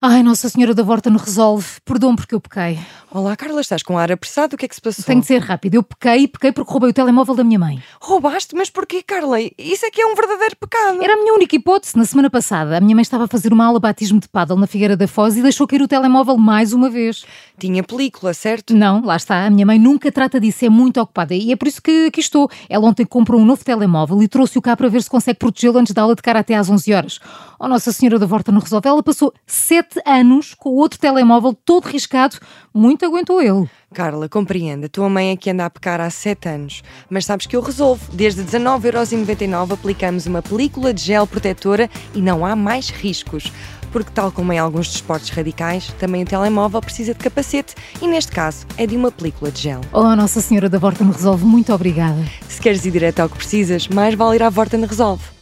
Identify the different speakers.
Speaker 1: Ai, Nossa Senhora da Vorta não resolve. Perdão porque eu pequei.
Speaker 2: Olá, Carla, estás com ar apressado? O que é que se passou?
Speaker 1: Tenho de ser rápido. Eu pequei e pequei porque roubei o telemóvel da minha mãe.
Speaker 2: Roubaste? Mas porquê, Carla? Isso é que é um verdadeiro pecado.
Speaker 1: Era a minha única hipótese. Na semana passada, a minha mãe estava a fazer uma aula de batismo de paddle na Figueira da Foz e deixou cair o telemóvel mais uma vez.
Speaker 2: Tinha película, certo?
Speaker 1: Não, lá está. A minha mãe nunca trata disso, é muito ocupada e é por isso que aqui estou. Ela ontem comprou um novo telemóvel e trouxe-o cá para ver se consegue protegê-lo antes da aula de cara até às 11 horas. Oh, Nossa Senhora da Vorta não resolve. Ela passou sete anos com o outro telemóvel todo riscado. Muito aguentou ele.
Speaker 2: Carla, compreenda, tua mãe é que anda a pecar há 7 anos, mas sabes que eu resolvo. Desde 19,99€ aplicamos uma película de gel protetora e não há mais riscos. Porque, tal como em alguns desportos radicais, também o telemóvel precisa de capacete e, neste caso, é de uma película de gel.
Speaker 1: Oh, Nossa Senhora da Vorta não resolve. Muito obrigada.
Speaker 2: Se queres ir direto ao que precisas, mais vale ir à Vorten Resolve.